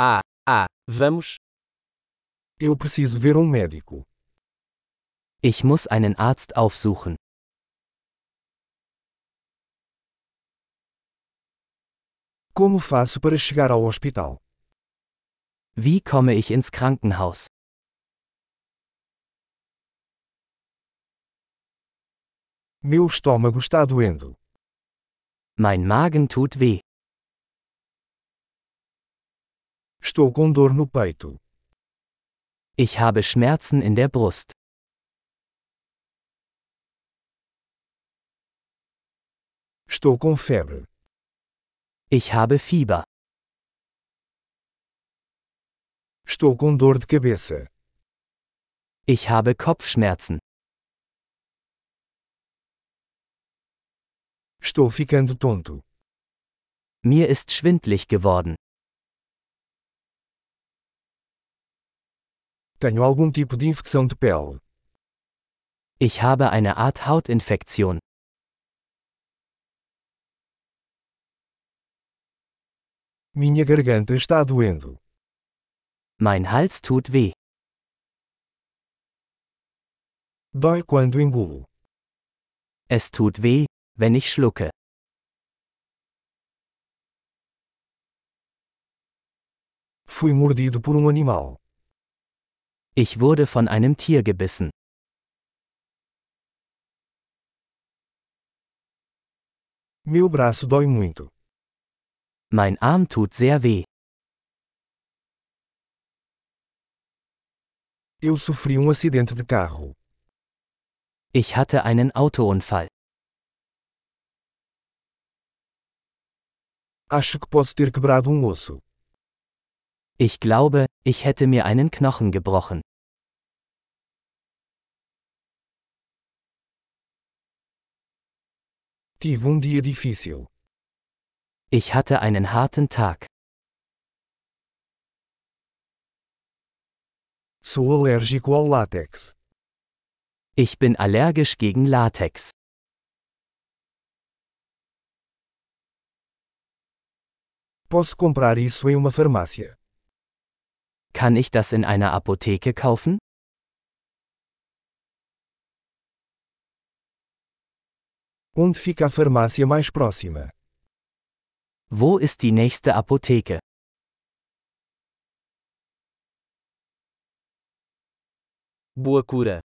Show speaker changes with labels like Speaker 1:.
Speaker 1: Ah, ah, vamos.
Speaker 2: Eu preciso ver um médico.
Speaker 3: Ich muss einen Arzt aufsuchen.
Speaker 2: Como faço para chegar ao hospital?
Speaker 3: Wie komme ich ins Krankenhaus?
Speaker 2: Meu estômago está doendo.
Speaker 3: Mein Magen tut weh.
Speaker 2: Estou com dor no peito.
Speaker 3: Ich habe Schmerzen in der Brust.
Speaker 2: Estou com febre.
Speaker 3: Ich habe Fieber.
Speaker 2: Estou com dor de cabeça.
Speaker 3: Ich habe Kopfschmerzen.
Speaker 2: Estou ficando tonto.
Speaker 3: Mir ist schwindlig geworden.
Speaker 2: Tenho algum tipo de infecção de pele.
Speaker 3: Ich habe eine Art Hautinfektion.
Speaker 2: Minha garganta está doendo.
Speaker 3: Mein Hals tut weh.
Speaker 2: Dói quando engulo.
Speaker 3: Es tut weh, wenn ich schlucke.
Speaker 2: Fui mordido por um animal.
Speaker 3: Ich wurde von einem Tier gebissen.
Speaker 2: Meu braço dói muito.
Speaker 3: Mein Arm tut sehr weh.
Speaker 2: Eu sofri um acidente de carro.
Speaker 3: Ich hatte einen Autounfall.
Speaker 2: Acho que posso ter quebrado um osso.
Speaker 3: Ich glaube, ich hätte mir einen Knochen gebrochen.
Speaker 2: Tive um dia difícil.
Speaker 3: Ich hatte einen harten Tag.
Speaker 2: Sou alérgico ao látex.
Speaker 3: Ich bin allergisch gegen Latex.
Speaker 2: Posso comprar isso em uma farmácia.
Speaker 3: Kann ich das in einer Apotheke kaufen?
Speaker 2: Onde fica a farmácia mais próxima?
Speaker 3: Wo ist die nächste Apotheke?
Speaker 1: Boa cura.